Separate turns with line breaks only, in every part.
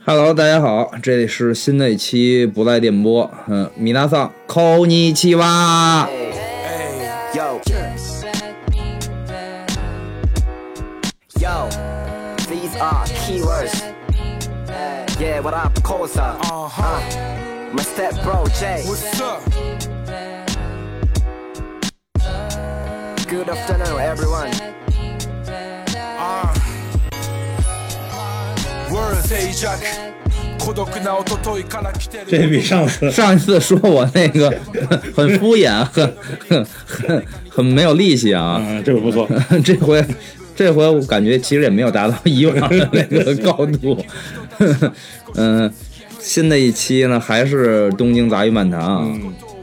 Hello，大家好，这里是新的一期不赖电波。嗯，米拉桑，扣你七哇！
Yo, yo, these are keywords. Yeah, what up, Kosa? Uh, my step bro, Jay.
What's up?
Good afternoon, everyone.
Uh. World 静寂孤独な一昨日から来てる
这比上次
上一次说我那个 很敷衍， 很很很很没有力气啊。
嗯，这个不错，
这回这回我感觉其实也没有达到以往的那个高度。 嗯、新的一期呢还是东京杂鱼漫谈啊，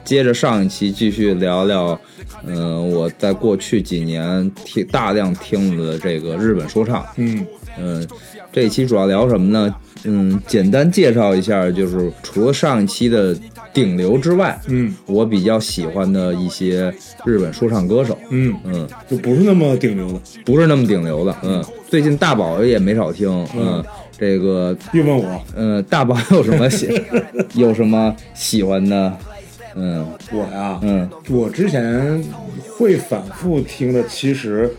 接着上一期继续聊聊，嗯、我在过去几年听大量听的这个日本说唱，
嗯
嗯，这一期主要聊什么呢？嗯，简单介绍一下，就是除了上一期的顶流之外，
嗯
我比较喜欢的一些日本说唱歌手，
嗯，
嗯，
就不是那么顶流的。
不是那么顶流的，嗯，最近大宝也没少听，嗯，这个，
又问我，
嗯，大宝有什么喜有什么喜欢的？嗯
我呀，
嗯，
我之前会反复听的，其实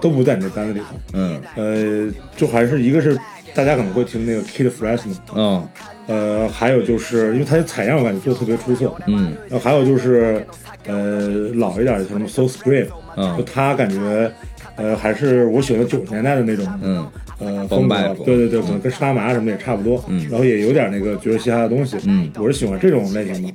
都不在你这单子里头。
嗯
呃，就还是一个是大家可能会听那个 Kid Fresno，
哦
呃，还有就是因为他的采样我感觉做的特别出色，
嗯，
然后还有就是呃老一点的像什么 Soul Scream，
嗯
就他感觉呃还是我喜欢九十年代的那种，
嗯
呃，
风
风
摆
格
风，
对对对，可能跟沙麻什么的也差不多，嗯，然后也有点那个爵士嘻哈的东西，嗯，我是喜欢这种类型的，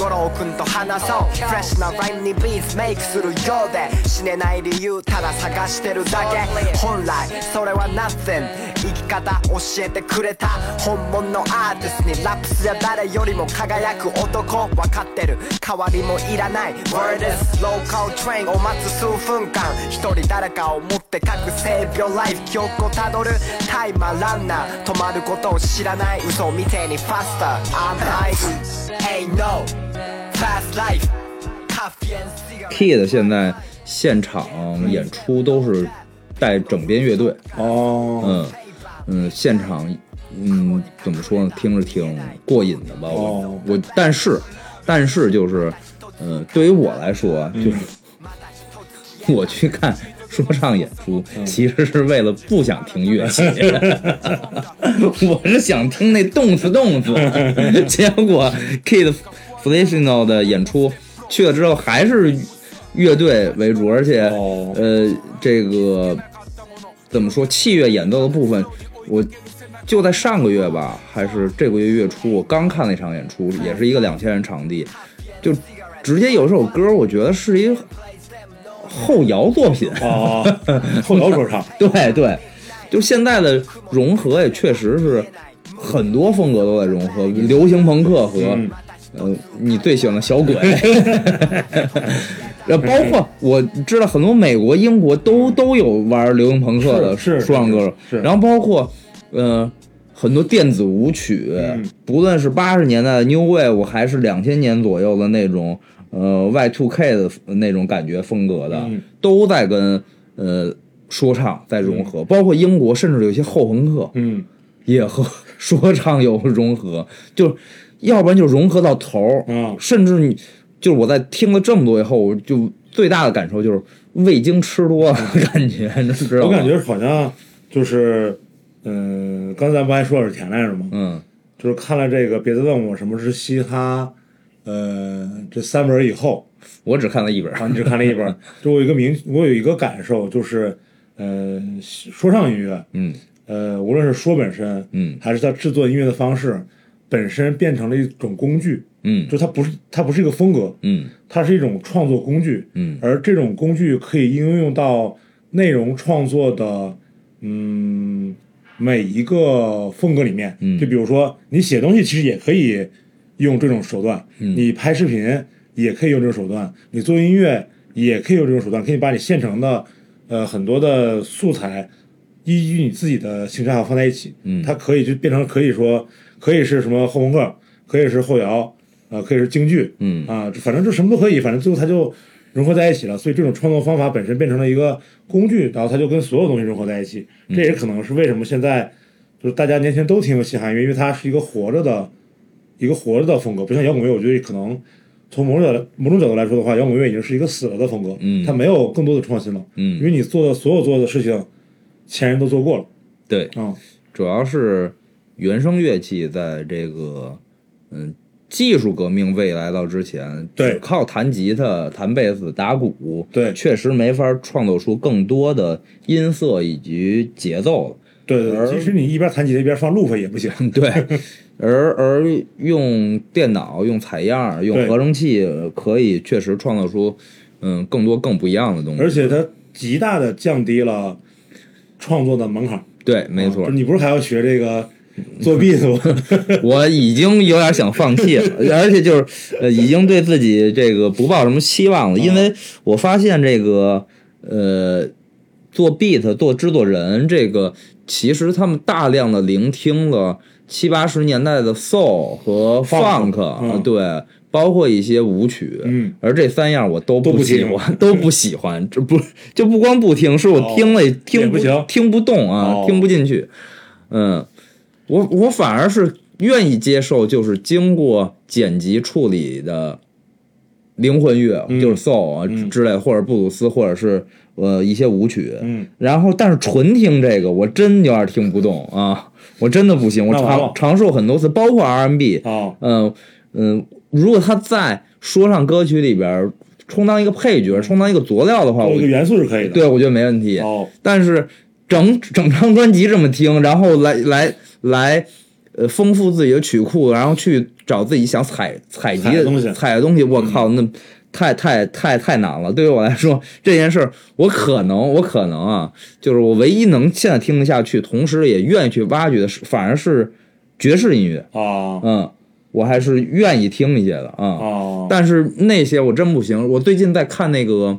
五郎君と話そうフレッシュなライムにビーズメイクするようで死ねない理由ただ探してるだけ本来それは nothing 生き方教えてくれた本物のアーティストにラップすりゃ誰よりも輝く男分かってる代わりもいらない Word is ローカルトレインを待つ数分間一人誰かを持って書く性病ライフ記憶をたどるタイマーランナー止まることを知らない嘘みてえにファスター I'm high ain't no fast life カフェ and cigarette
，Kid 现在现场演出都是带整编乐队，
哦，
嗯嗯，现场嗯怎么说呢，听着挺过瘾的吧，我、
哦
我但是但是就是，嗯、对于我来说就是。 我去看说唱演出，
嗯
其实是为了不想听乐器， 我是想听那动次动 次。结果 Kid f l a s h i n o 的演出去了之后，还是乐队为主，而且、
哦
呃，这个怎么说器乐演奏的部分，我。就在上个月吧，还是这个月月初，我刚看了一场演出，也是一个两千人场地，就直接有一首歌，我觉得是一后摇作品。
哦，后摇说唱，
对对，就现在的融合也确实是很多风格都在融合，流行朋克和嗯、呃你最喜欢 的小鬼，呃，包括我知道很多美国、英国都都有玩流行朋克的
是
说
是
唱歌手，
是是
然后包括呃。很多电子舞曲，
嗯
不论是八十年代的 New Wave，还是两千年左右的那种呃 Y Two K 的那种感觉风格的，
嗯
都在跟呃说唱在融合，包括英国，甚至有些后朋克
嗯，
也和说唱有融合， 就要不然就融合到头儿，
嗯
甚至你就是我在听了这么多以后，我就最大的感受就是味精吃多了的 感觉，你知
嗯
道
我
吗？
感觉好像就是，嗯，刚才不还说耳田来着吗？
嗯
就是看了这个，别再问我什么是嘻哈，呃，这三本以后，
我只看了一本
啊，你只看了一本儿。就我有一个明，我有一个感受，就是，呃，说唱音乐，
嗯，
呃，无论是说本身，
嗯
还是它制作音乐的方式，本身变成了一种工具，
嗯
就它不是它不是一个风格，
嗯
它是一种创作工具，
嗯
而这种工具可以应用到内容创作的，嗯，每一个风格里面。
嗯
就比如说你写东西，其实也可以用这种手段；
嗯
你拍视频也可以用这种手段；你做音乐也可以用这种手段，可以把你现成的呃很多的素材。依据你自己的兴趣爱好放在一起，
嗯
它可以就变成可以说可以是什么后朋克，可以是后摇，啊、可以是京剧，
嗯
啊，反正就什么都可以，反正最后它就融合在一起了。所以这种创作方法本
嗯
身变成了一个工具，然后它就跟所有东西融合在一起。这也可能是为什么现在就是大家年轻人都听过嘻哈音乐，因为它是一个活着的，一个活着的风格，不像摇滚乐，我觉得可能从某种角度某种角度来说的话，摇滚乐已经是一个死了的风格，
嗯
它没有更多的创新了，
嗯
因为你做的所有做的事情，前人都做过了，
对，
啊、
主要是原声乐器在这个嗯技术革命未来到之前，
对
只靠弹吉他、弹贝斯、打鼓，
对
确实没法创造出更多的音色以及节奏了。
对对
而嗯
对，即使你一边弹吉他一边放 loop 也不行，
对，而而用电脑、用采样、用
对
合成器，呃可以确实创造出嗯更多更不一样的东西。
而且它极大的降低了创作的门槛儿，
对，没错
啊就，你不是还要学这个作弊的吗？
我已经有点想放弃了，而且就是呃，已经对自己这个不抱什么希望了，因为我发现这个呃，做 beat 做制作人这个，其实他们大量的聆听了七八十年代的 soul 和
Funk，
funk，、
嗯
对，包括一些舞曲，
嗯，
而这三样我都
都不
喜
听
欢， 都不喜欢，这不就不光不听，是我
哦
听了、
也
听
不行
听不动啊，
哦
听不进去，嗯。我我反而是愿意接受，就是经过剪辑处理的灵魂乐，
嗯
就是 soul 啊、之类，或者布鲁斯，或者是呃一些舞曲。
嗯，
然后但是纯听这个，我真有点听不懂啊，我真的不行。我
那完
尝
了
尝试过很多次，包括 R&B，
啊，
嗯嗯，如果他在说唱歌曲里边充当一个配角，充当一个佐料的话，
做
啊我
一个元素是可以的，
对我觉得没问题。
哦，
但是整整张专辑这么听，然后来来来，呃，丰富自己的曲库，然后去找自己想采采集
采的东西嗯
采的东西，我靠，那太太太太难了。对于我来说，这件事儿，我可能我可能啊，就是我唯一能现在听得下去，同时也愿意去挖掘的是，反而是爵士音乐。
啊
嗯，我还是愿意听一些的啊。
啊，
但是那些我真不行。我最近在看那个，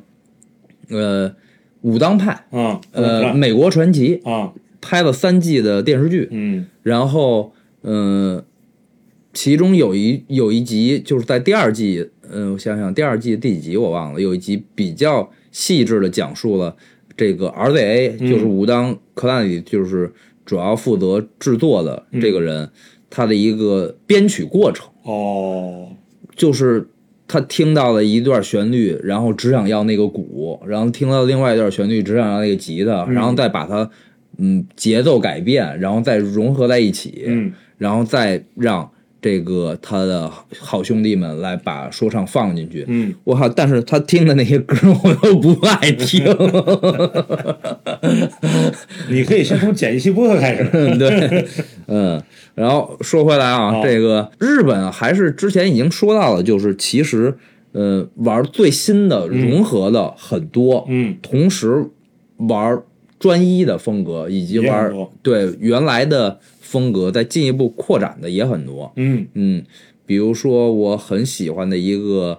呃，武当派，
啊，
呃，
嗯
美国传奇
啊，
拍了三季的电视剧，
嗯
然后嗯、呃其中有一有一集就是在第二季，嗯、我想想，第二季第几集我忘了，有一集比较细致的讲述了这个 RZA，、就是武当克兰里就是主要负责制作的这个人，他的一个编曲过程，
哦，
就是。他听到了一段旋律，然后只想要那个鼓，然后听到另外一段旋律，只想要那个吉他，然后再把它嗯节奏改变，然后再融合在一起，
嗯
然后再让这个他的好兄弟们来把说唱放进去。
嗯，
我靠！但是他听的那些歌我都不爱听，
你可以先从剪一期播客开始，
对，嗯。然后说回来啊，
好
这个日本还是之前已经说到了，就是其实呃玩最新的融合的很多，
嗯
同时玩专一的风格以及
也很
玩
多
对原来的风格再进一步扩展的也很多，
嗯
嗯，比如说我很喜欢的一个，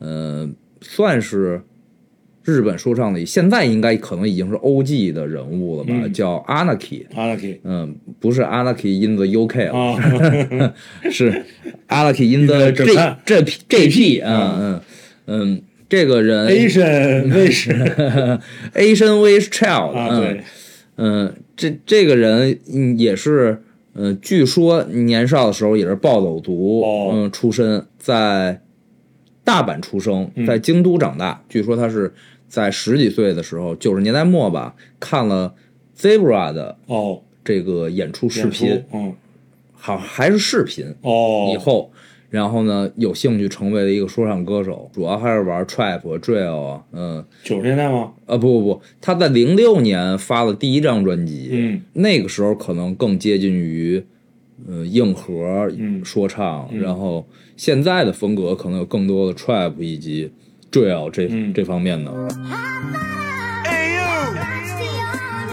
呃，算是日本说唱里现在应该可能已经是 OG 的人物了吧，
嗯
叫 Anarchy。
，Anarchy
嗯，不是 Anarchy in the UK 了，
啊，
是 Anarchy in the
In the
J
Japan
J P J P。嗯
啊
嗯嗯，这个人
Asian 卫士
Asian Wish Child
啊，
嗯
对，
嗯，这这个人嗯也是，嗯，据说年少的时候也是暴走族，
哦
嗯，出身在大阪出生，
嗯
在京都长大。据说他是在十几岁的时候，九十年代末吧，看了 Zebra 的
哦，
这个演出视
演出
频，，
嗯，
好还是视频以
哦，
后。然后呢，有兴趣成为了一个说唱歌手，主要还是玩 trap、drill 啊，嗯，
九十年代吗？
啊不不不，他在零六年发了第一张专辑，
嗯
那个时候可能更接近于，呃，硬核
嗯
说唱，然后现在的风格可能有更多的 trap 以及 drill 这、
嗯
这方面的。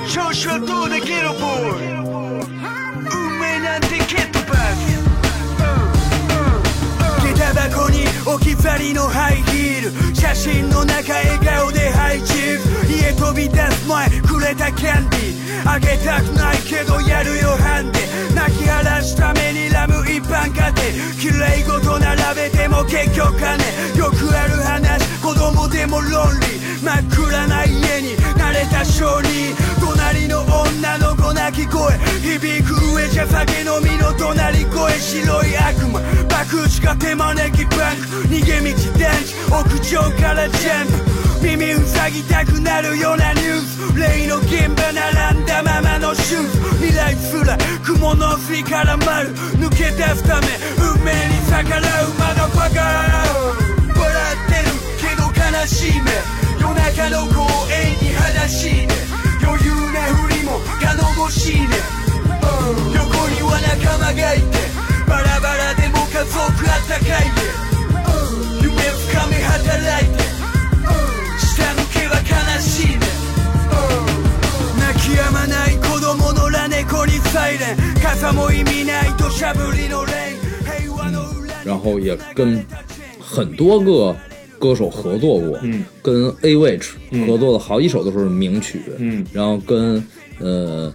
調子はどうだゲロボーイ運命なんて蹴っ飛ばす下駄箱に置き去りのハイヒール写真の中笑顔でハイチーズ家飛び出す前くれたキャンディーあげたくないけどやるよハンデ泣き晴らすためにラム一般家庭綺麗事並べても結局金よくある話子供でもロンリー真っ暗な家に慣れた性に隣の女の子泣鳴き声響く上じゃ酒飲みの怒鳴り声白い悪魔爆打ちが手招きバンク逃げ道電池屋上からジャンプ耳うさぎたくなるようなニュース例の現場並んだままのシューズ未来すら雲の巣に絡まる抜け出すため運命に逆らうマダバカ笑ってるけど悲しい目夜中の公園に裸足で余裕なふりも頼もしいね、うん横には仲間がいてバラバラでも家族あったかいね、うん夢深め働いて、うん下抜けは悲しいね、うん泣き止まない子供のラ猫にサイレン傘も意味ない土砂降りのレイン平和の裏に
然后也跟很多个歌手合作过，嗯，跟 A w h 合作了好几首都是名曲，
嗯，
然后跟呃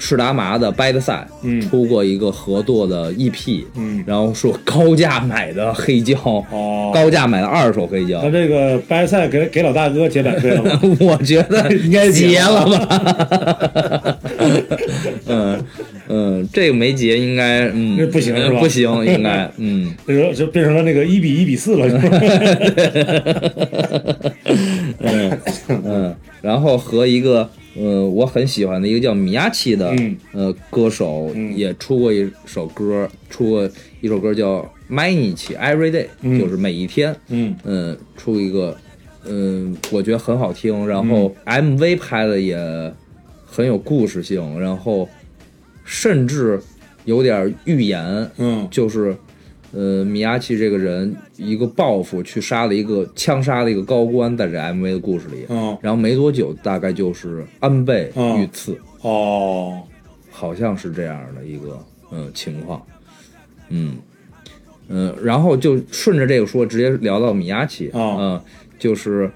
施达麻的《Bad Side》
嗯
出过一个合作的 EP，
嗯
然后是我高价买的黑胶，
哦
高价买的二手黑胶
那，这个白菜给给老大哥结两岁了 吗？
我觉得
应该啊结
结
了
了吧。 嗯嗯，这个没结应该
那
嗯
不行是吧
不行应该嗯
那时候就变成了那个一比一比四了，是吧？
嗯嗯，然后和一个呃我很喜欢的一个叫米亚奇的、
嗯
呃歌手也出过一首歌，出过一首歌叫《m a n i c h Every Day》，就是每一天。
嗯
嗯，出一个，嗯，我觉得很好听，然
嗯
后 MV 拍的也很有故事性，然后甚至有点预言，
嗯
就是，呃，米亚奇这个人一个报复去杀了一个枪杀了一个高官，在这 MV 的故事里，
嗯
然后没多久大概就是安倍
嗯
遇刺，
哦，
好像是这样的一个呃情况，嗯嗯，然后就顺着这个说，直接聊到米亚奇，
哦
嗯，就是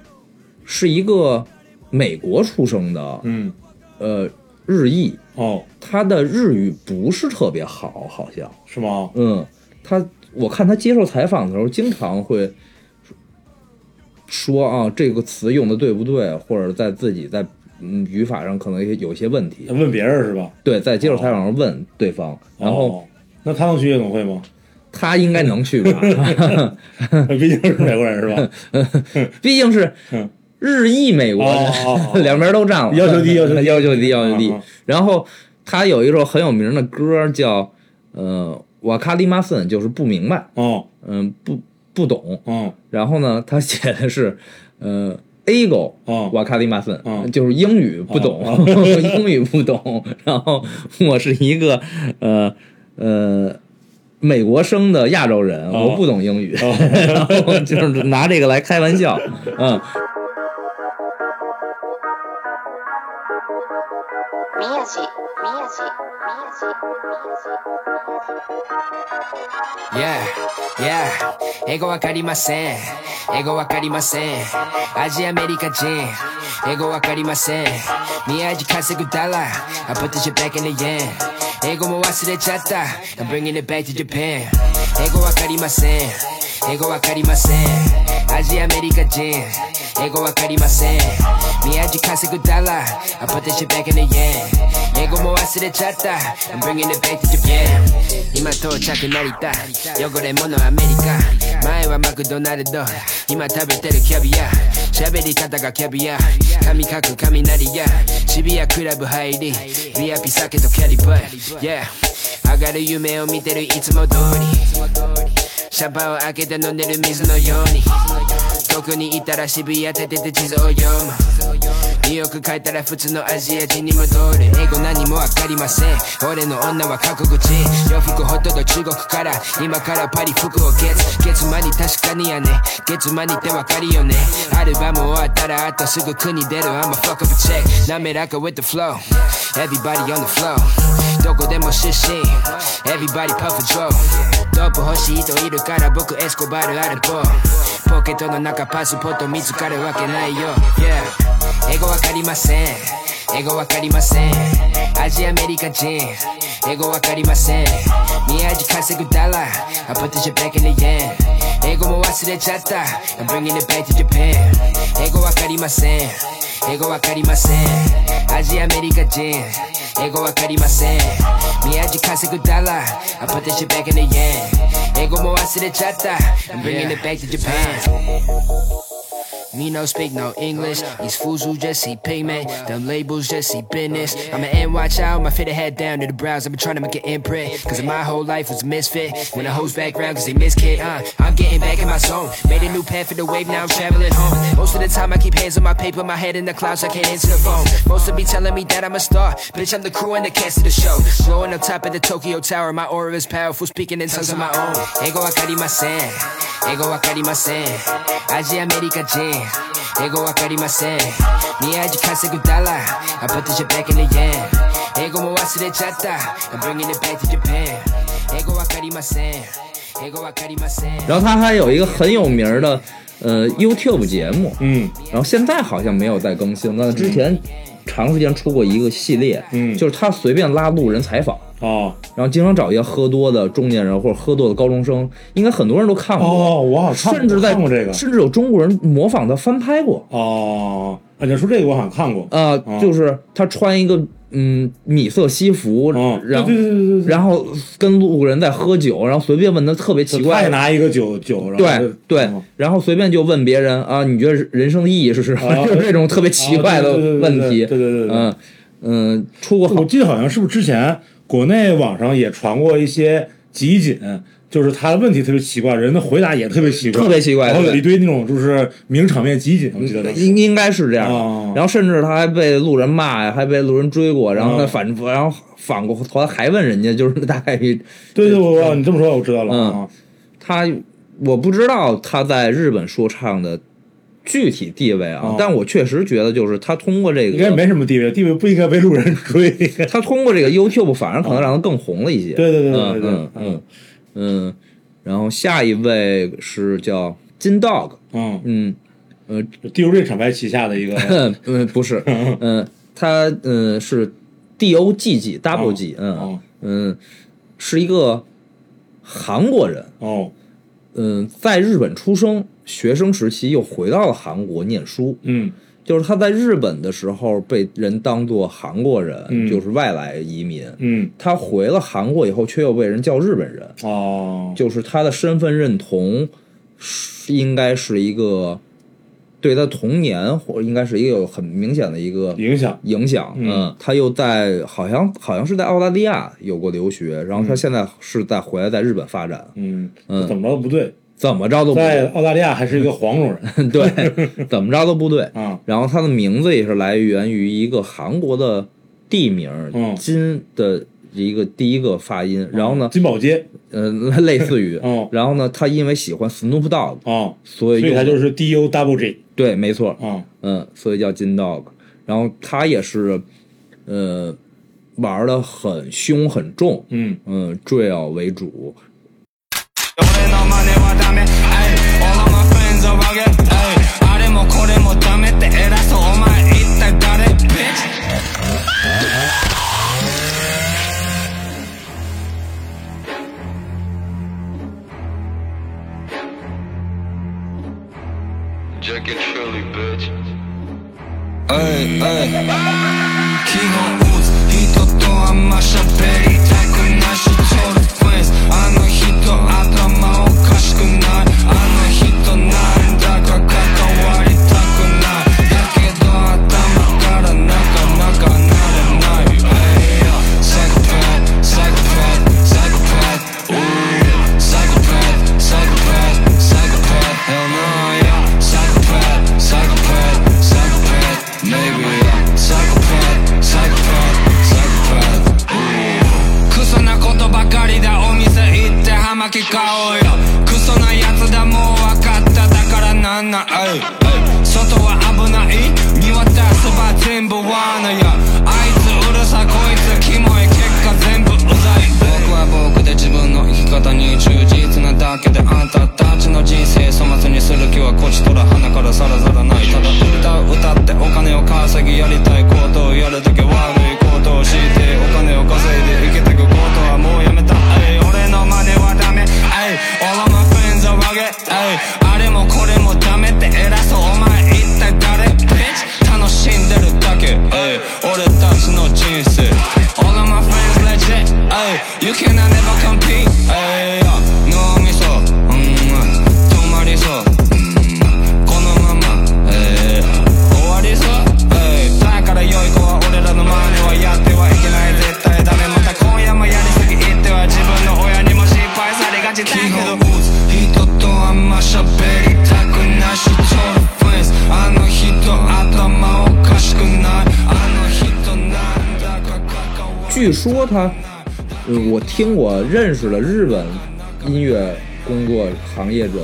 是一个美国出生的
嗯
呃日裔，
哦，
他的日语不是特别好，好像，
是吗？
嗯，他我看他接受采访的时候，经常会说啊这个词用的对不对，或者在自己在嗯语法上可能有有些问题，
问别人是吧？
对，在接受采访时候问对方，然后
哦那他能去夜总会 吗？
他应该能去吧，
毕竟是美国人是 吧？
毕竟是日裔美国人，
哦哦哦
两边都占了，
要求低要求低
要求低，要求低
嗯嗯。
然后他有一首很有名的歌叫呃瓦卡利马森，就是不明白，
哦，
嗯，不不懂。
嗯，
然后呢，他写的是 呃。A go
嗯
瓦卡利马森
嗯
就是英语不懂，
啊
英语不懂。然后我是一个呃呃美国生的亚洲人，
哦
我不懂英语，然后就是拿这个来开玩 笑，嗯。
宮地宮地宮地宮地
Yeah, yeah, É 英語わかりません。英語わかりません。アジアメリカ人、英語わかりません。宮地稼ぐダラー、I put the shit back in the yen。英 É 語も忘れちゃった、I'm bringing it back to Japan。英 É 語わかりません。英語わかりません。アジアアメリカ人、英語わかりません。宮地稼ぐダラー、I put this shit back in the yen。英語も忘れちゃった、I'm bringing it back to Japan。今到着成田、汚れ物アメリカ。前はマクドナルド、今食べてるキャビア。喋り方がキャビア、神書く雷や。渋谷クラブ入り、VIP 酒とキャリバー。Yeah 上がる夢を見てるいつも通り。シャンパンを開けて飲んでる水のように遠くにいたら渋谷立てて地図を読むニューヨーク帰ったら普通のアジア人に戻る英語何もわかりません俺の女は韓国人洋服ほとんど中国から今からパリ服をゲッツゲッツマニ確かにやねゲッツマニってわかるよねアルバム終わったらあとすぐ国出る I'm a fuck up a check 滑らか with the flow everybody on the flow どこでも出身 everybody puff a draw ドープ欲しい人いるから僕エスコバルアルボポケットの中パスポート見つかるわけないよ、yeah、英語わかりません英語わかりませんアジアメリカ人英語わかりません宮地稼ぐダラ I put the shit back in the yen 英語も忘れちゃった I'm bringing it back to Japan 英語わかりません英語わかりません味アメリカ人英語わかりません宮地稼ぐダラ I put this shit back in the yen 英語も忘れちゃった I'm bringing it back to Japan Me no speak no English. These fools who just see payment. Them labels just see business. I'm an NY child, my fit head down to the brows. I've been trying to make an imprint. Cause my whole life was a misfit. When the hoes background, cause they miskid, uh. I'm getting back in my zone. Made a new path for the wave, now I'm traveling home. Most of the time I keep hands on my paper, my head in the clouds, I can't answer the phone. Most of be telling me that I'm a star. Bitch, I'm the crew and the cast of the show. Blowing up top of the Tokyo Tower, my aura is powerful, speaking in tongues of my own. Ego わかりません。Ego わかりません。アジアメリカ人。英語わかりません宮地稼ぐダラ I put this shit back in the yen 英語も忘れちゃった I'm bringing it back to Japan 英語わかりません英語わかりません
然后他还有一个很有名儿的呃 YouTube 节目，
嗯，
然后现在好像没有再更新了。之前长时间出过一个系列，
嗯
就是他随便拉路人采访，
哦
然后经常找一些喝多的中年人或者喝多的高中生，应该很多人都看过，
哦，我好像看
甚至在
看过这个
甚至有中国人模仿他翻拍过。
哦，啊，你说这个我好像看过，
啊、
哦
就是他穿一个嗯米色西服，
哦
然后
对对对对对
然后跟路人在喝酒，然后随便问他特别奇
他也
怪的，
拿一个酒酒，然后
对对
哦，
然后随便就问别人啊，你觉得人生的意义是什么？
哦
就是这种特别奇怪的
哦对对对对
问题，
对对对对对
嗯嗯，出过
我
好
记得好像是不是之前国内网上也传过一些集锦，就是他的问题特别奇怪，人的回答也特别奇怪，
特别奇怪
然后有
对嗯
一堆那种就是名场面集锦，我记得当时
应应该是这样的
哦
然后甚至他还被路人骂呀，还被路人追过，然后他
哦
反、然后反过头来还问人家，就是大概
对对，我我
嗯
你这么说我知道了啊，
他我不知道他在日本说唱的具体地位啊，
哦
但我确实觉得就是他通过这
应该
个，
没什么地位，地位不应该被路人追。 对
他通过这个 YouTube 反而可能让他更红了一些。
对对对对对，
嗯嗯嗯嗯。然后下一位是叫金 dog，
嗯
嗯呃
嗯，地球瑞厂牌旗下的一 个
嗯 不是，嗯他嗯是 D O G G W G，嗯
哦
嗯是一个韩国人，
哦，
嗯，在日本出生，学生时期又回到了韩国念书。
嗯
就是他在日本的时候被人当作韩国人，
嗯
就是外来移民。
嗯
他回了韩国以后，却又被人叫日本人，
哦，
就是他的身份认同是应该是一个对他童年或应该是一个有很明显的一个
影响
影响。
嗯
他又在好像好像是在澳大利亚有过留学，然后他现在是在回来在日本发展，
嗯
嗯，
怎么着都不对，
怎么着都不
在澳大利亚还是一个黄种人
对，怎么着都不对。
啊，
然后他的名字也是来源于一个韩国的地名儿
嗯
金的一个第一个发音。然后呢，
金宝街
呃，类似于
哦，
然后呢，他因为喜欢 Snoop Dogg，
哦，
所以
所以
用
他
的
就是 D U W G
对，没错，
啊，
嗯，所以叫金 Dog。然后他也是，呃，玩的很凶很重，
嗯。
嗯，drill 为主，
俺の真似はダメ Ay, All of my friends are rugged Ay, あれもこれもダメって偉そうお前一体誰 Bitch 哎哎基本打つ人とあんま喋りたくないしトールフェイスあの人頭おかしくないあの人なんだか関わりたくないだけど頭からなかなかなれないサイコパスサイコパスサイコパスサイコパスサイコパスサイコパス Hell no yeah Psychopath, psychopath, psychopath, maybe psychopath, psychopath, psychopath. クソなことばかりだお店行って葉巻買おうよクソなやつだもう分かっただからなんなんえいえい外は危ない見渡せば全部罠やあいつうるさこいつキモい結果全部うざい僕は僕で自分の生き方に忠実なだけであんたたちの人生粗末にする気はこちとら鼻からさらさらないただ歌う歌ってお金を稼ぎやりたいことをやるとき悪いことをしてお金を稼いで生きてくことはもうやめたえい俺の真似はダメえい All of my friends are rugged えいあれもこれもダメって偉そうお前一体誰 Bitch 楽しんでるだけえい俺完璧えや脳みそうん止まりそううんこのままえ終わりそうえだから良い子は俺らの真似はやってはいけない絶対ダメまた今夜もやりすぎ言っては自分の親にも心配されがちだけど人とあんま喋りたくないしトルフェンスあの人頭おかしくないあの人なんだか関わ
据说他，呃我听我认识的日本音乐工作行业的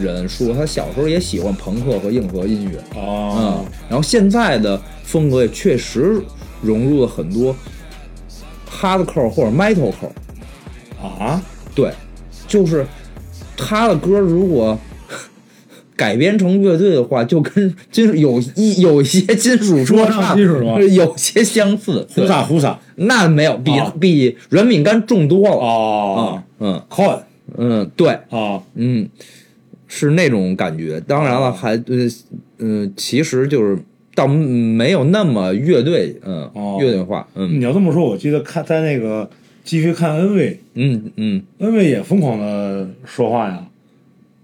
人说，他小时候也喜欢朋克和硬核音乐。
哦
嗯，，然后现在的风格也确实融入了很多 hardcore 或者 metalcore。
啊，
对，就是他的歌如果改编成乐队的话，就跟金有一有一些金属说
说唱
唱
金属吗
有些相似。
呼
对
撒呼撒
那没有，比、
啊
比软饼干重多了。
哦
嗯
，con
嗯嗯，对，
啊，
嗯，是那种感觉。当然
哦
了，还呃嗯，其实就是倒没有那么乐队，嗯，
哦
乐队化，嗯
你要这么说，我记得看在那个继续看恩卫，
嗯嗯，
恩卫也疯狂的说话呀，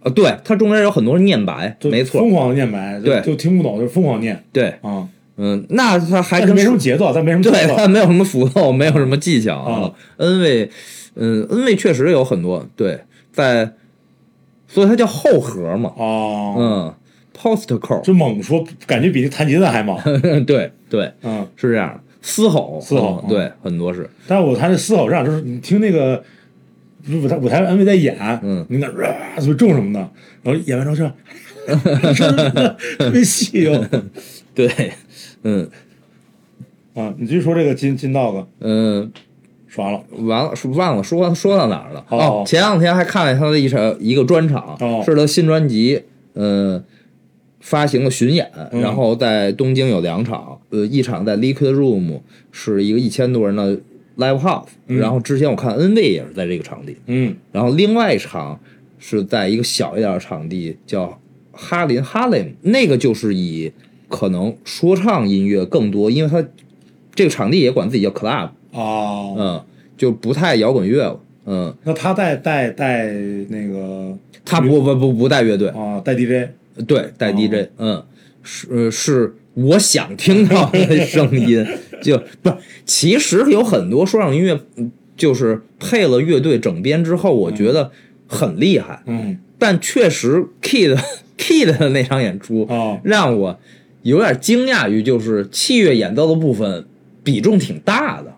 啊，对，它中间有很多念白，
就
没错
疯，狂的念白，就
对
就听不懂，就是疯狂念
对，
啊，
嗯，那它还
但是
跟
没什么节奏，但没什么节
对，啊它
奏，
没有什么符号， 没有什么技巧
啊。
恩卫，嗯，恩卫确实有很多对，在，所以它叫后核嘛，
哦，
嗯，postcore，
就猛说，感觉比那弹吉他 还猛，
对对，
嗯，
是这样，嘶吼，
嘶吼哦
嗯对，很多是，
但是我弹这嘶吼上，就是你听那个舞台舞台安慰在演，
嗯
你那啊特别重什么的，然后演完之后 这样， 特别细哟、
对，嗯。
啊，你继续说这个金金道哥
嗯，
耍了，
完了，忘了说说到哪儿了。
哦
哦，前两天还看了他的一场一个专场，
哦
是他新专辑，嗯，发行了巡演，
嗯
然后在东京有两场，呃，一场在 Liquid Room 是一个一千多人的 live house，、然后之前我看 N V 也是在这个场地，
嗯，
然后另外一场是在一个小一点的场地叫哈林哈雷姆，那个就是以可能说唱音乐更多，因为它这个场地也管自己叫 club。
哦，
嗯，就不太摇滚乐了。嗯，
那他带带带那个
他不不不不带乐队，
啊带 DJ
对，带
哦
DJ。嗯，是呃是我想听到的声音， 就不是。其实有很多说唱音乐，嗯就是配了乐队整编之后，我觉得很厉害。
嗯，
但确实 Kid Kid 的那场演出
哦
让我有点惊讶于，就是器乐演奏的部分比重挺大的。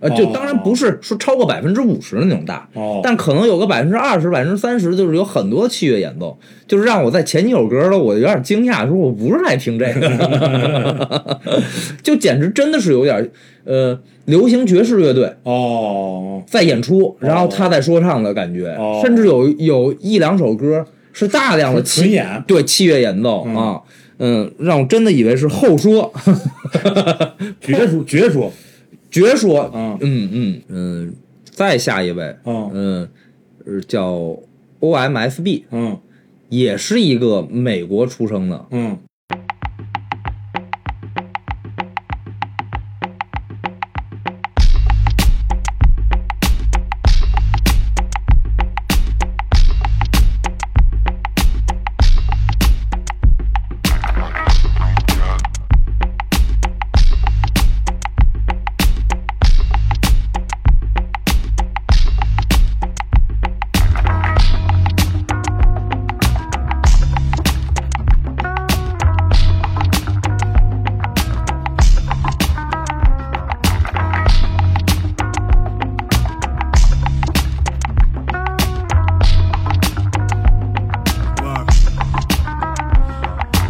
呃，就
哦
当然不是说超过百分之五十那种大，
哦
但可能有个百分之二十、百分之三十，就是有很多器乐演奏，就是让我在前几首歌了，我有点惊讶，说我不是爱听这 个，就简直真的是有点呃，流行爵士乐队
哦
在演出，然后他在说唱的感觉，
哦
甚至有有一两首歌是大量的
纯
器
演
对器乐演奏、啊，嗯，让我真的以为是后说，
绝说绝说，
绝说，
嗯
嗯嗯嗯，再下一位，
嗯
嗯，呃叫 OMSB，
嗯
也是一个美国出生的，
嗯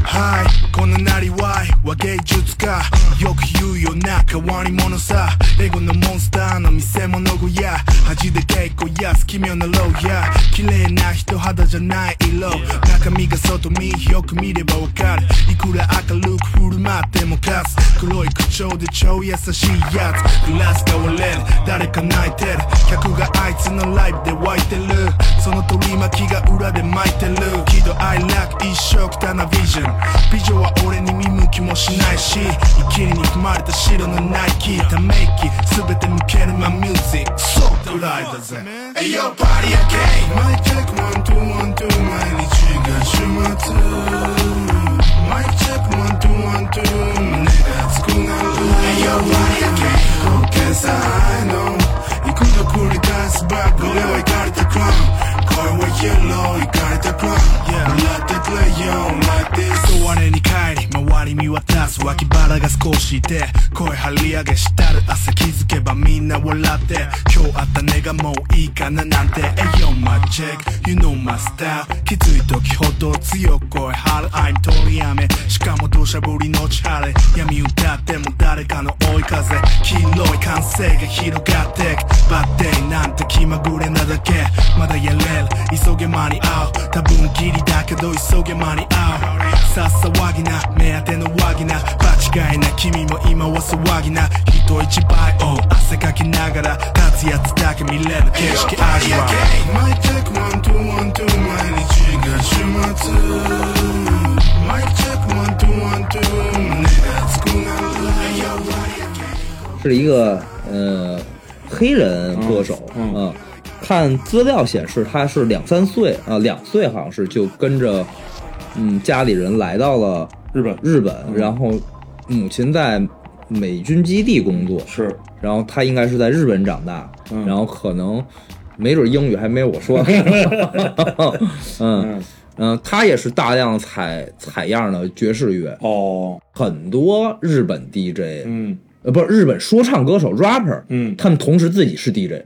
はいこのなりわいは芸術家よく言うよな変わり者さレゴのモンスターの見せ物小屋恥で稽古や奇妙な牢屋綺麗な人肌じゃない色中身が外見よく見ればわかるいくら明るく振る舞ってもかす黒い口調で超優しいやつグラスが割れる誰か泣いてる客があいつのライブで湧いてるそその取り巻きが裏で巻いてる喜怒哀楽一生汚なビジョン美女は俺に見向きもしないし生きりに踏まれた白のナイキため息全て向けるまミュージックそうドライだぜ Hey yo party again 毎回 one two one two 毎日が週末毎回 one two one two 胸が熱くなる Hey yo party again 冒険さ I know 幾度繰り返すバック俺は行かれたクラン声は yellow 行かれたクラン Let the play on like this 我に帰り周り見渡す脇腹が少しで声張り上げしたる朝気づけばみんな笑って今日あったねがもういいかななんて Hey yo my check you know my style きつい時ほど強く声張る I'm 取りやめしかも土砂降りのチャレ闇歌っても誰かの追い風黄色い歓声が広がってくバッテリーなんて気まぐれなだけまだやれる急げ間に合う多分ギリだけど急げ間に合うさっさ騒ぎな目当てのワギな間違いな君も今は騒ぎな人一倍を汗かきながら立つやつだけ見れる景色味わう My take one two one two 毎日が週末 My take one two one two 胸が熱くなる Hey, yo, party again
是一个呃黑人歌手啊、
嗯嗯
看资料显示他是两三岁啊、两岁好像是就跟着嗯家里人来到了
日本
日本，然后母亲在美军基地工作，
是
然后他应该是在日本长大，
嗯
然后可能没准英语还没我 说，嗯
嗯
嗯，他也是大量采采样的爵士乐，
哦，
很多日本 DJ，、
嗯
呃，不是日本说唱歌手 rapper，
嗯
他们同时自己是 DJ，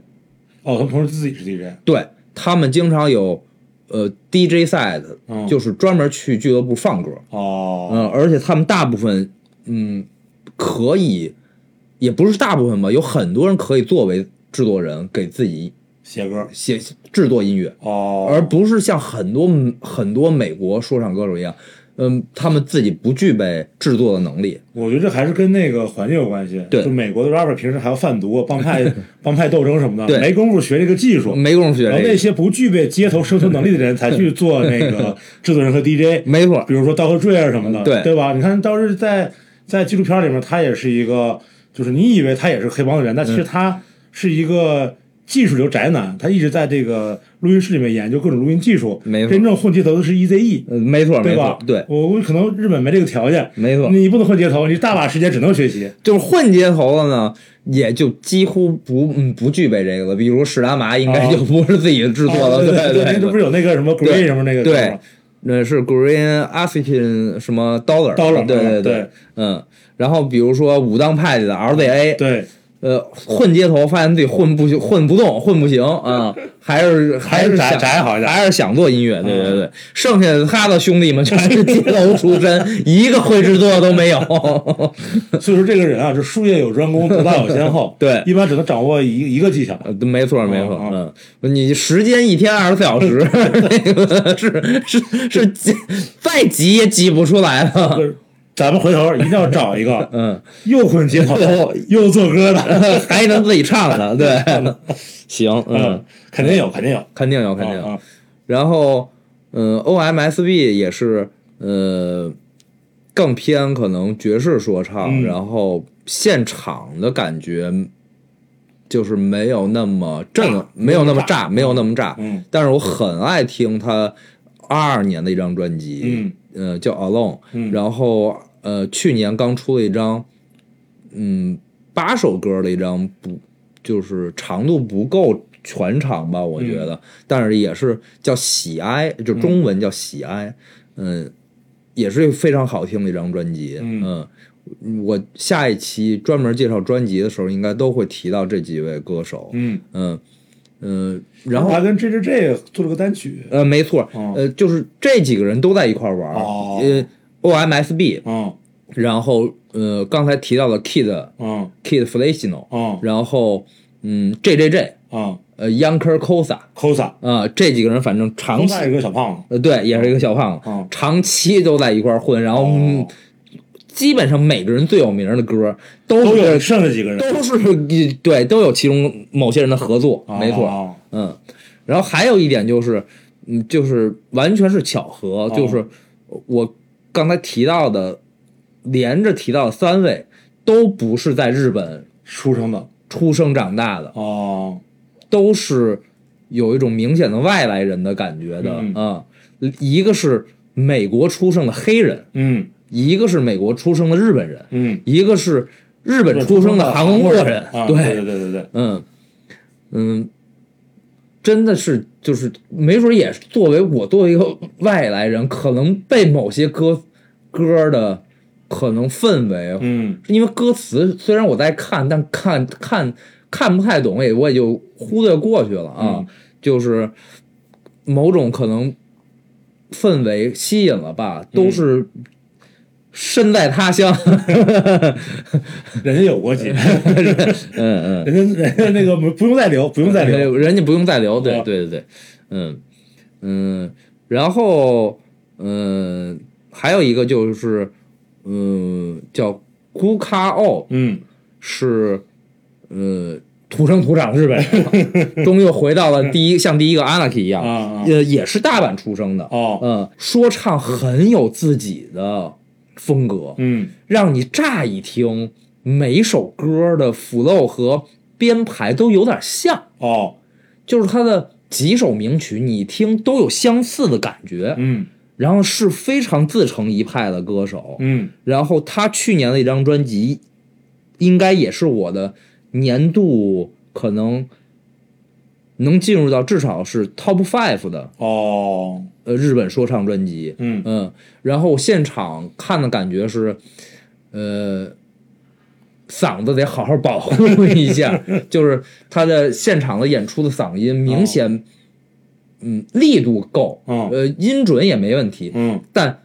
哦，他们同时自己是 DJ，
对他们经常有呃 DJ set，、
嗯
就是专门去俱乐部放歌，
哦，
嗯，而且他们大部分，嗯，可以，也不是大部分吧，有很多人可以作为制作人给自己
写歌，
写制作音乐，
哦，
而不是像很多很多美国说唱歌手一样，嗯，他们自己不具备制作的能力。
我觉得这还是跟那个环境有关系。
对
就美国的 rapper 平时还要贩毒、啊帮 派、帮派斗争什么的，
对
没工夫学这个技术。
没工夫学
然后
这
那
个，
些不具备街头生存能力的人才去做那 个制作人和 DJ，
没错
比如说刀和坠啊什么的，
对
对吧？你看，倒是在在纪录片里面，他也是一个，就是你以为他也是黑帮的人，但其实
嗯
他是一个技术流宅男，他一直在这个录音室里面研究各种录音技术，
没错
真正混街头的是 EZE，
呃没错，没
对吧
错，？对，
我估计可能日本没这个条件，
没错
你不能混街头，你大把时间只能学习。
就是混街头的呢，也就几乎不嗯不具备这个了。比如史达麻应该
啊
就不是自己制作
啊
了，
对
对
对这不是有那个什么 Green 什么那个歌
对
吗，
那是 Green African 什么 Dollar
Dollar，
对对
嗯对
嗯。然后比如说武当派里的 RZA，，
对，
呃，混街头发现自己混不行混不动，混不 行啊、还是
还
是
是宅
想
宅好一点嗯
还是想做音乐，对对对。剩下的他的兄弟们全是街头出 身，一个会制作都没有。。
所以说这个人啊，就术业有专攻，读大有先后
对
一般只能掌握一一个技巧。
呃没错，没错，
嗯
嗯，你时间一天二十四小时， 那个是是是挤，再挤也挤不出来了
不。是咱们回头一定要找一个，
嗯，
又混街 头又做歌的，
还能自己唱 呢，对，行，嗯
嗯，，肯定有，肯定有，
肯定有，肯定
啊
有。然后，嗯，OMSB 也是，呃，更偏可能爵士说唱，
嗯
然后现场的感觉就是没有那么震，没有那么炸，没有那么炸。
嗯，
但是我很爱听他二二年的一张专辑，
嗯，
呃，叫 Alone，、
嗯
然后呃，去年刚出了一张，嗯，八首歌的一张不就是长度不够全长吧，我觉得，
嗯
但是也是叫喜哀，就中文叫喜哀，嗯，也是非常好听的一张专辑，
嗯
我下一期专门介绍专辑的时候，应该都会提到这几位歌手。
嗯，
嗯嗯，然后
他跟 J J J 做了个单曲，
呃，没错，
哦
呃，就是这几个人都在一块儿玩儿，
哦
呃，OMSB，
嗯
然后呃，刚才提到了 Kid
嗯
Kid Flational，、
嗯
然后嗯，JJJ，
嗯
呃，Younger Kosa，
，Cosa，
啊，这几个人反正长期
Cosa 是个小胖子，
呃，对，也是一个小胖子，
哦
长期都在一块儿混，然后、嗯
哦，
基本上每个人最有名的歌都
都有
是
剩下几个人，啊
都是对，都有其中某些人的合作，没错，
哦
嗯，然后还有一点就是，嗯，就是完全是巧合，就是我刚才提到的，连着提到的三位都不是在日本
出生的
出生长大的，
哦，
都是有一种明显的外来人的感觉的
嗯
啊、一个是美国出生的黑人，
嗯
一个是美国出生的日本人，
嗯，
一个是日本出生的韩国人，
啊对对，
对
对对对，
嗯嗯，真的是就是没准也是作为我作为一个外来人，可能被某些歌歌的可能氛围，
嗯
因为歌词虽然我在看，但看看看不太懂，也我也就忽略过去了啊。
嗯
就是某种可能氛围吸引了吧，
嗯
都是身在他乡。
人家有国籍，
嗯 嗯，
人家人家那个不不用再留，不用再留，
人家不用再留。对
啊
对对对，嗯嗯，然后嗯，还有一个就是嗯，叫库卡奥，
嗯
是呃土生土长的日本 人，终于回到了第一像第一个 Anarchy 一样，
啊啊
呃也是大阪出生的，
哦
嗯，说唱很有自己的风格，
嗯
让你乍一听每首歌的 flow 和编排都有点像，
哦
就是他的几首名曲你一听都有相似的感觉，
嗯
然后是非常自成一派的歌手，
嗯
然后他去年的一张专辑，应该也是我的年度可能能进入到至少是 top five 的
哦
呃日本说唱专辑。
嗯
嗯，然后现场看的感觉是，呃，嗓子得好好保护一下， 就是他的现场的演出的嗓音明显，嗯，力度够，
哦
呃，音准也没问题，
嗯
但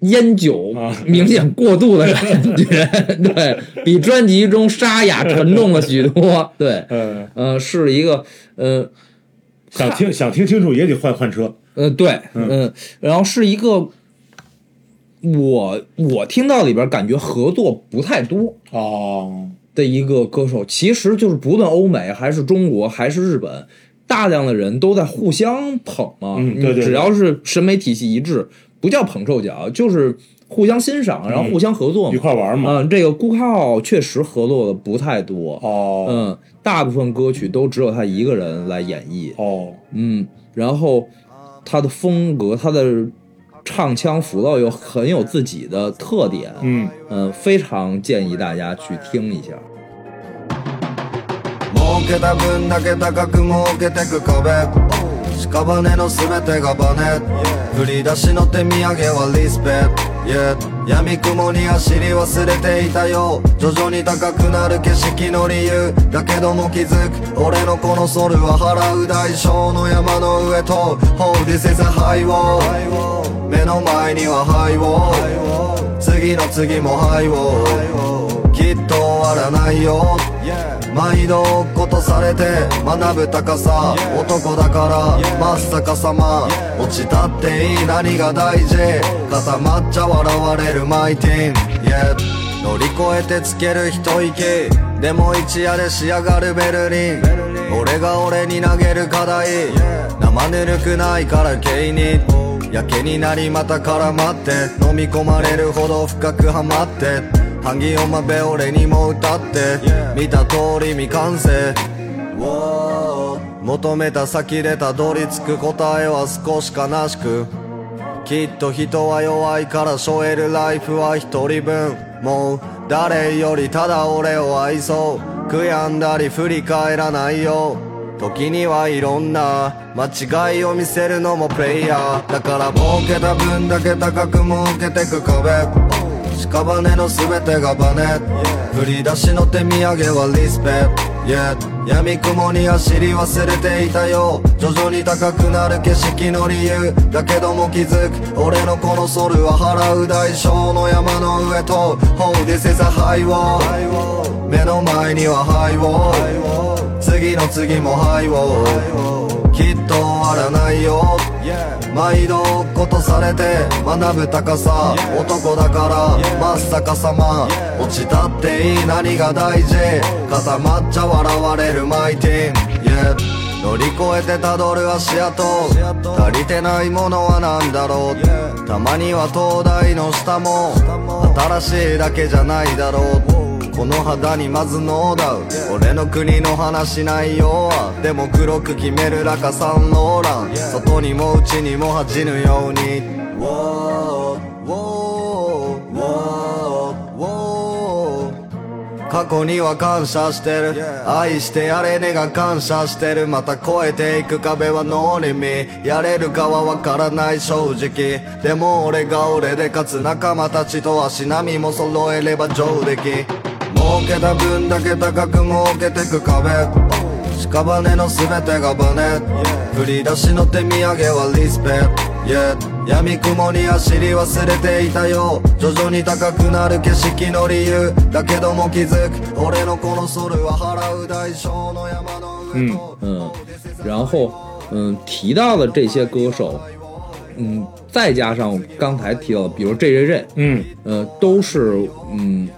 烟酒
啊
明显过度的感觉， 对比专辑中沙哑沉重了许多。对，
呃，
呃，是一个呃
想听想听清楚也得换换车，
呃对，嗯、然后是一个我我听到里边感觉合作不太多
哦
的一个歌手，其实就是不论欧美还是中国还是日本。大量的人都在互相捧嘛，
嗯对对
你只
对
要是审美体系一致，不叫捧臭脚，就是互相欣赏，然后互相合作
嗯
嘛，
一块玩嘛，
嗯，这个孤靠确实合作的不太多，
哦
嗯，大部分歌曲都只有他一个人来演绎，
哦
嗯，然后他的风格，他的唱腔符号又很有自己的特点，
嗯
嗯，非常建议大家去听一下。
儲けた分だけ高く儲けてく壁屍の全てがバネ振り出しの手土産はリスペクト Yeah 闇雲に走り忘れていたよ徐々に高くなる景色の理由だけども気づく俺のこのソルは払う代償の山の上と Oh this is a high wall 目の前にはハイウォー次の次もハイウォーきっと終わらないよ毎度ことされて学ぶ高さ男だから真っ逆さま落ちたっていい何が大事固まっちゃ笑われるマイティン Yeah 乗り越えてつける一息でも一夜で仕上がるベルリン俺が俺に投げる課題生ぬるくないから芸人やけになりまた絡まって飲み込まれるほど深くハマって半疑をまべ俺にも歌って見た通り未完成求めた先でたどり着く答えは少し悲しくきっと人は弱いからしょえるライフは一人分もう誰よりただ俺を愛そう悔やんだり振り返らないよ時にはいろんな間違いを見せるのもプレイヤーだから儲けた分だけ高く儲けてく壁屍の全てがバネ振り出しの手土産はリスペクト Yeah 闇雲に走り忘れていたよ徐々に高くなる景色の理由だけども気づく俺のこのソルは払う代償の山の上と Oh this is a high wall 目の前にはハイウォー次の次もハイウォーきっと終わらないよ毎度ことされて学ぶ高さ男だから真っ逆さま落ちたっていい何が大事固まっちゃ笑われるマイティン Yeah 乗り越えてたどる足跡足りてないものは何だろうたまには灯台の下も新しいだけじゃないだろうこの肌にまずノーダウン俺の国の話内容はでも黒く決めるラカサンローラン外にも内にも恥じぬように Wow, wow, wow, wow 過去には感謝してる愛してやれねが感謝してるまた越えていく壁はノーリミやれるかはわからない正直でも俺が俺でかつ仲間たちと足並みも揃えれば上出来儲けた分だけ高く儲けてく壁屍の全てがバネ振り出しの手土産はリスペクト Yeah 闇雲に走り忘れていたよ徐々に高くなる景色の理由だけども気づく俺のこのソルは払う代償の山の上と、
嗯，然后嗯提到的这些歌手，嗯，再加上刚才提到的，比如 J J J，
嗯，
呃，都是嗯，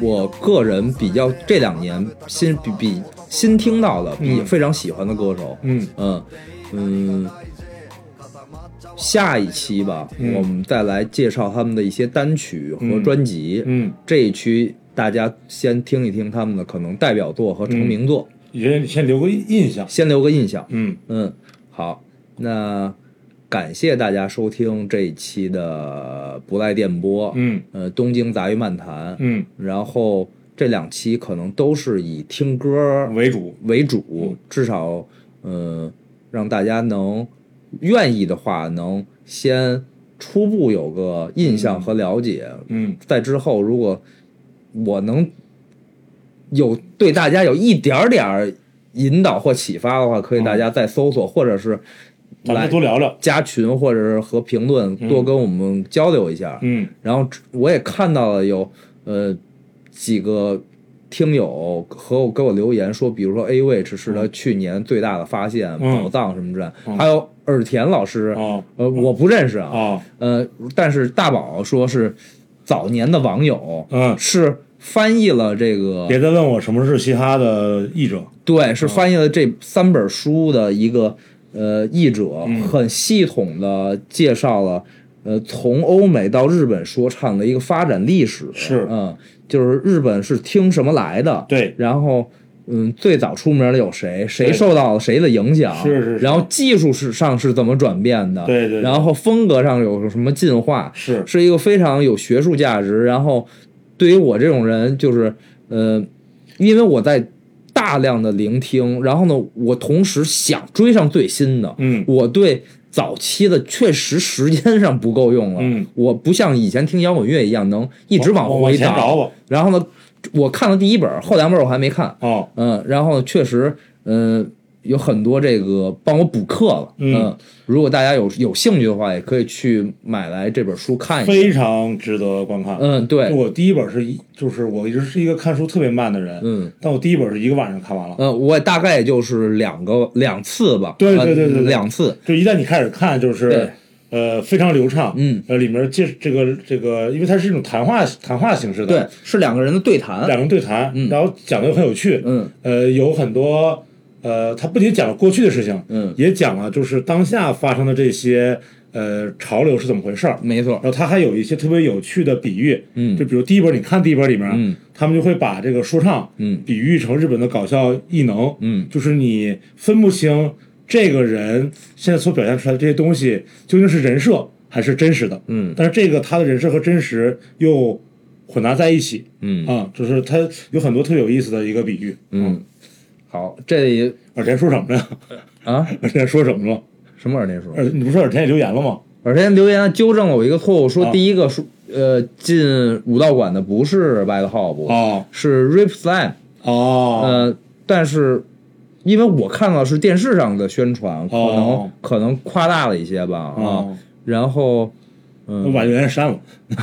我个人比较这两年新比比新听到的，比非常喜欢的歌手，
嗯
嗯嗯下一期吧，
嗯
我们再来介绍他们的一些单曲和专辑，
嗯嗯
这一区大家先听一听他们的可能代表作和成名作，
也先留个印象。
先留个印象，
嗯，
嗯，好，那感谢大家收听这一期的不赖电波，
嗯，
呃，东京杂鱼漫谈，
嗯，
然后这两期可能都是以听歌
为主。
为主，至少呃，让大家能愿意的话，能先初步有个印象和了解，
嗯
在之后，如果我能有对大家有一点儿点儿引导或启发的话，可以大家再搜索，或者是
咱们
来
再多聊聊。
加群，或者是和评论多跟我们交流一下。
嗯
然后我也看到了有呃几个听友和我给我留言说，比如说 A Witch 是他去年最大的发现、
嗯
宝藏什么之类，还有耳田老师，
哦
呃，我不认识啊，
哦
呃，但是大宝说是早年的网友，
嗯
是翻译了这个
别再问我什么是嘻哈的译者。
对，是翻译了这三本书的一个呃译者，
嗯
很系统的介绍了呃从欧美到日本说唱的一个发展历史。
是
嗯，就是日本是听什么来的？
对
然后。嗯，最早出名的有谁？谁
对
受到了谁的影响？
是是是
然后技术是上是怎么转变的？
对对对
然后风格上有什么进化？
是
是一个非常有学术价值。然后对于我这种人，就是呃，因为我在大量的聆听，然后呢，我同时想追上最新的，
嗯
我对。早期的确实时间上不够用了，
嗯
我不像以前听摇滚乐一样能一直
往
回
往前
倒
找吧。
然后呢，我看了第一本，后两本我还没看，
哦，
嗯，然后确实，嗯，有很多这个帮我补课了。
嗯
如果大家有有兴趣的话，也可以去买来这本书看一下。
非常值得观看。
嗯，对，
我第一本是一，就是我一直是一个看书特别慢的人。
嗯，
但我第一本是一个晚上看完了。
呃，我大概也就是两个两次吧。
对
呃
对对对对
两次。
就一旦你开始看，就是
对
呃非常流畅，
嗯
呃里面介这个这个，因为它是一种谈话谈话形式的，
对，，是两个人的对谈。
两个人对谈，
嗯
然后讲的很有趣，
嗯，
呃有很多呃，他不仅讲了过去的事情，
嗯
也讲了就是当下发生的这些呃潮流是怎么回事儿，
没错
然。后他还有一些特别有趣的比喻，
嗯
就比如第一本你看第一本里面，啊
嗯
他们就会把这个说唱，
嗯
比喻成日本的搞笑异能，
嗯
就是你分不清这个人现在所表现出来的这些东西究竟是人设还是真实的，
嗯
但是这个他的人设和真实又混杂在一起，
嗯
啊，就是他有很多特别有意思的一个比喻，
嗯，好，这里
耳田说什么 呢？
啊，
耳田说什么了？
什么耳天说？
耳你不是耳田也留言了吗？
耳天留言纠正了我一个错误，
啊
说第一个说呃进武道馆的不是 Bad Hob，、
哦
是 Rip Slam。
哦，
呃，但是因为我看到是电视上的宣传，可能、
哦
可能夸大了一些吧啊。
哦
然后嗯
我把留言删了，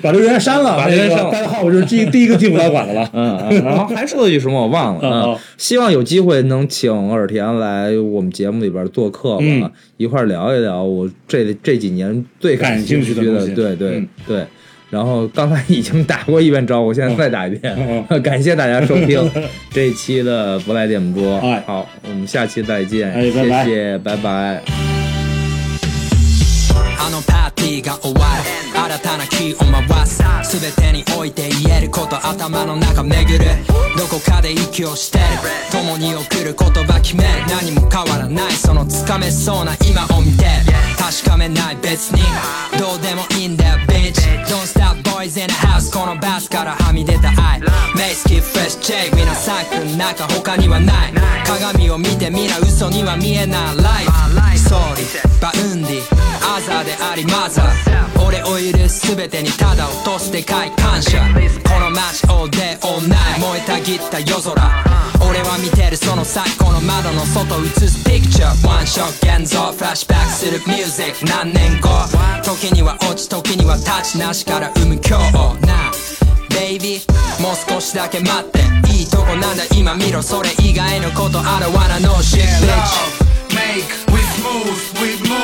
把留言删了，
把留言删了
代号我就是第一第一个进武道馆的了。
嗯，嗯然后还说了一句什么我忘了。
嗯
嗯
哦
希望有机会能请尔田来我们节目里边做客吧，
嗯
一块儿聊一聊我这这几年最
感
兴
兴趣的
的，
东西
对对、
嗯
对。然后刚才已经打过一遍招呼，现在再打一遍。 感谢大家收听这一期的不赖电波。
哎
好，我们下期再见。
哎拜拜
谢谢，拜拜。
あのパーティーが終わる新たなキーを回す全てにおいて言えること頭の中巡るどこかで息をしてる共に送る言葉決める何も変わらないそのつかめそうな今を見てる確かめない別にどうでもいいんだよ bitch Don't stop boys in the house このバスからはみ出た愛メイスキーフレッシュチェイクみんなサークルの中他にはない鏡を見てみな嘘には見えないライフソーリーバウンディアザーでありマザー俺を許す全てにただ落とすでかい感謝この街 all day all night 燃えたぎった夜空俺は見てるその最高の窓の外映すピクチャーワンショット現像フラッシュバックするミュージック何年後時には落ち時には立ちなしから生む今日なあベイビーもう少しだけ待っていいとこなんだ今見ろそれ以外のこと I don't wanna know shit bitch
Make, with moves, with move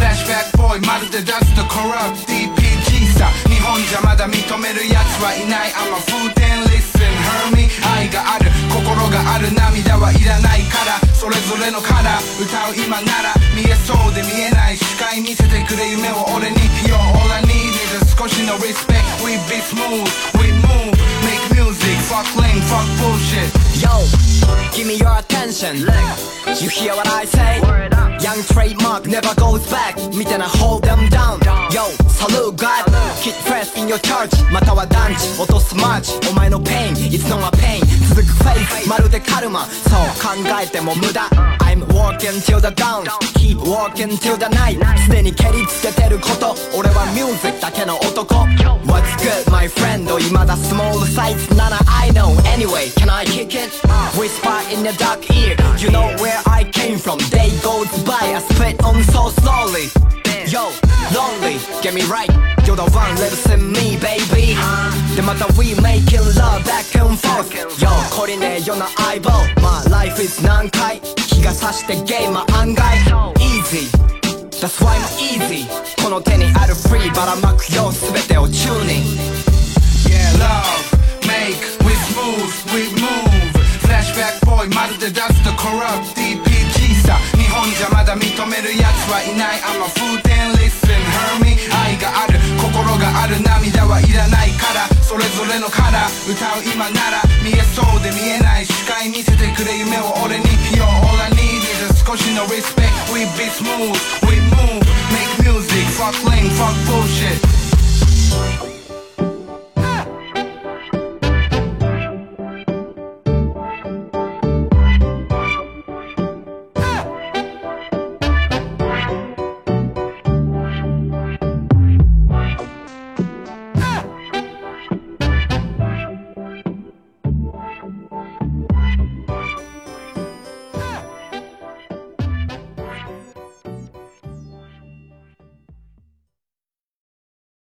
Flashback boy まるでダスト corrupt DPG さ日本じゃまだ認めるやつはいない I'm a food and listen hear me 愛がある心がある涙はいらないからそれぞれのカラー歌う今なら見えそうで見えない視界見せてくれ夢を俺に Yo all I need is 少しの respect We be smooth, we move Make music, fuck lame, fuck bullshit
Yo, give me your attention. You hear what I say? Young trademark never goes back. みたいな hold them down. Yo, salute God. Kid press in your church. または団地落とすマーチ。お前のペイン、いつのはペイン。続くフェイス、まるでカルマ。そう考えても無駄。I'm walking till the dawn. Keep walking till the night. すでに蹴りつけてること。俺はミュージックだけの男。What's good, my friend? 未だ small size なら I know. Anyway, can I kick it? Whisper in the dark ear. You know where I came from. Day goes by. I spit on so slowly. Yo, lonely, get me right. You're the one lives in me, baby. Then また we making love back and forth. Yo, これねよな相棒。My life is 難解。日が差してゲームは案外 easy。That's why I'm easy この手にある free ばらまくよ全てをチューニング
Yeah, love, make, we smooth, we move Flashback boy まるでダスト corrupt DPG さ日本じゃまだ認めるやつはいない I'm a food and listen, hear me 愛がある心がある涙はいらないからそれぞれのカラー歌う今なら見えそうで見えない視界見せてくれ夢を俺に Yo, all I need is 少しの respect We be smooth, we move Make music, fuck lame, fuck bullshit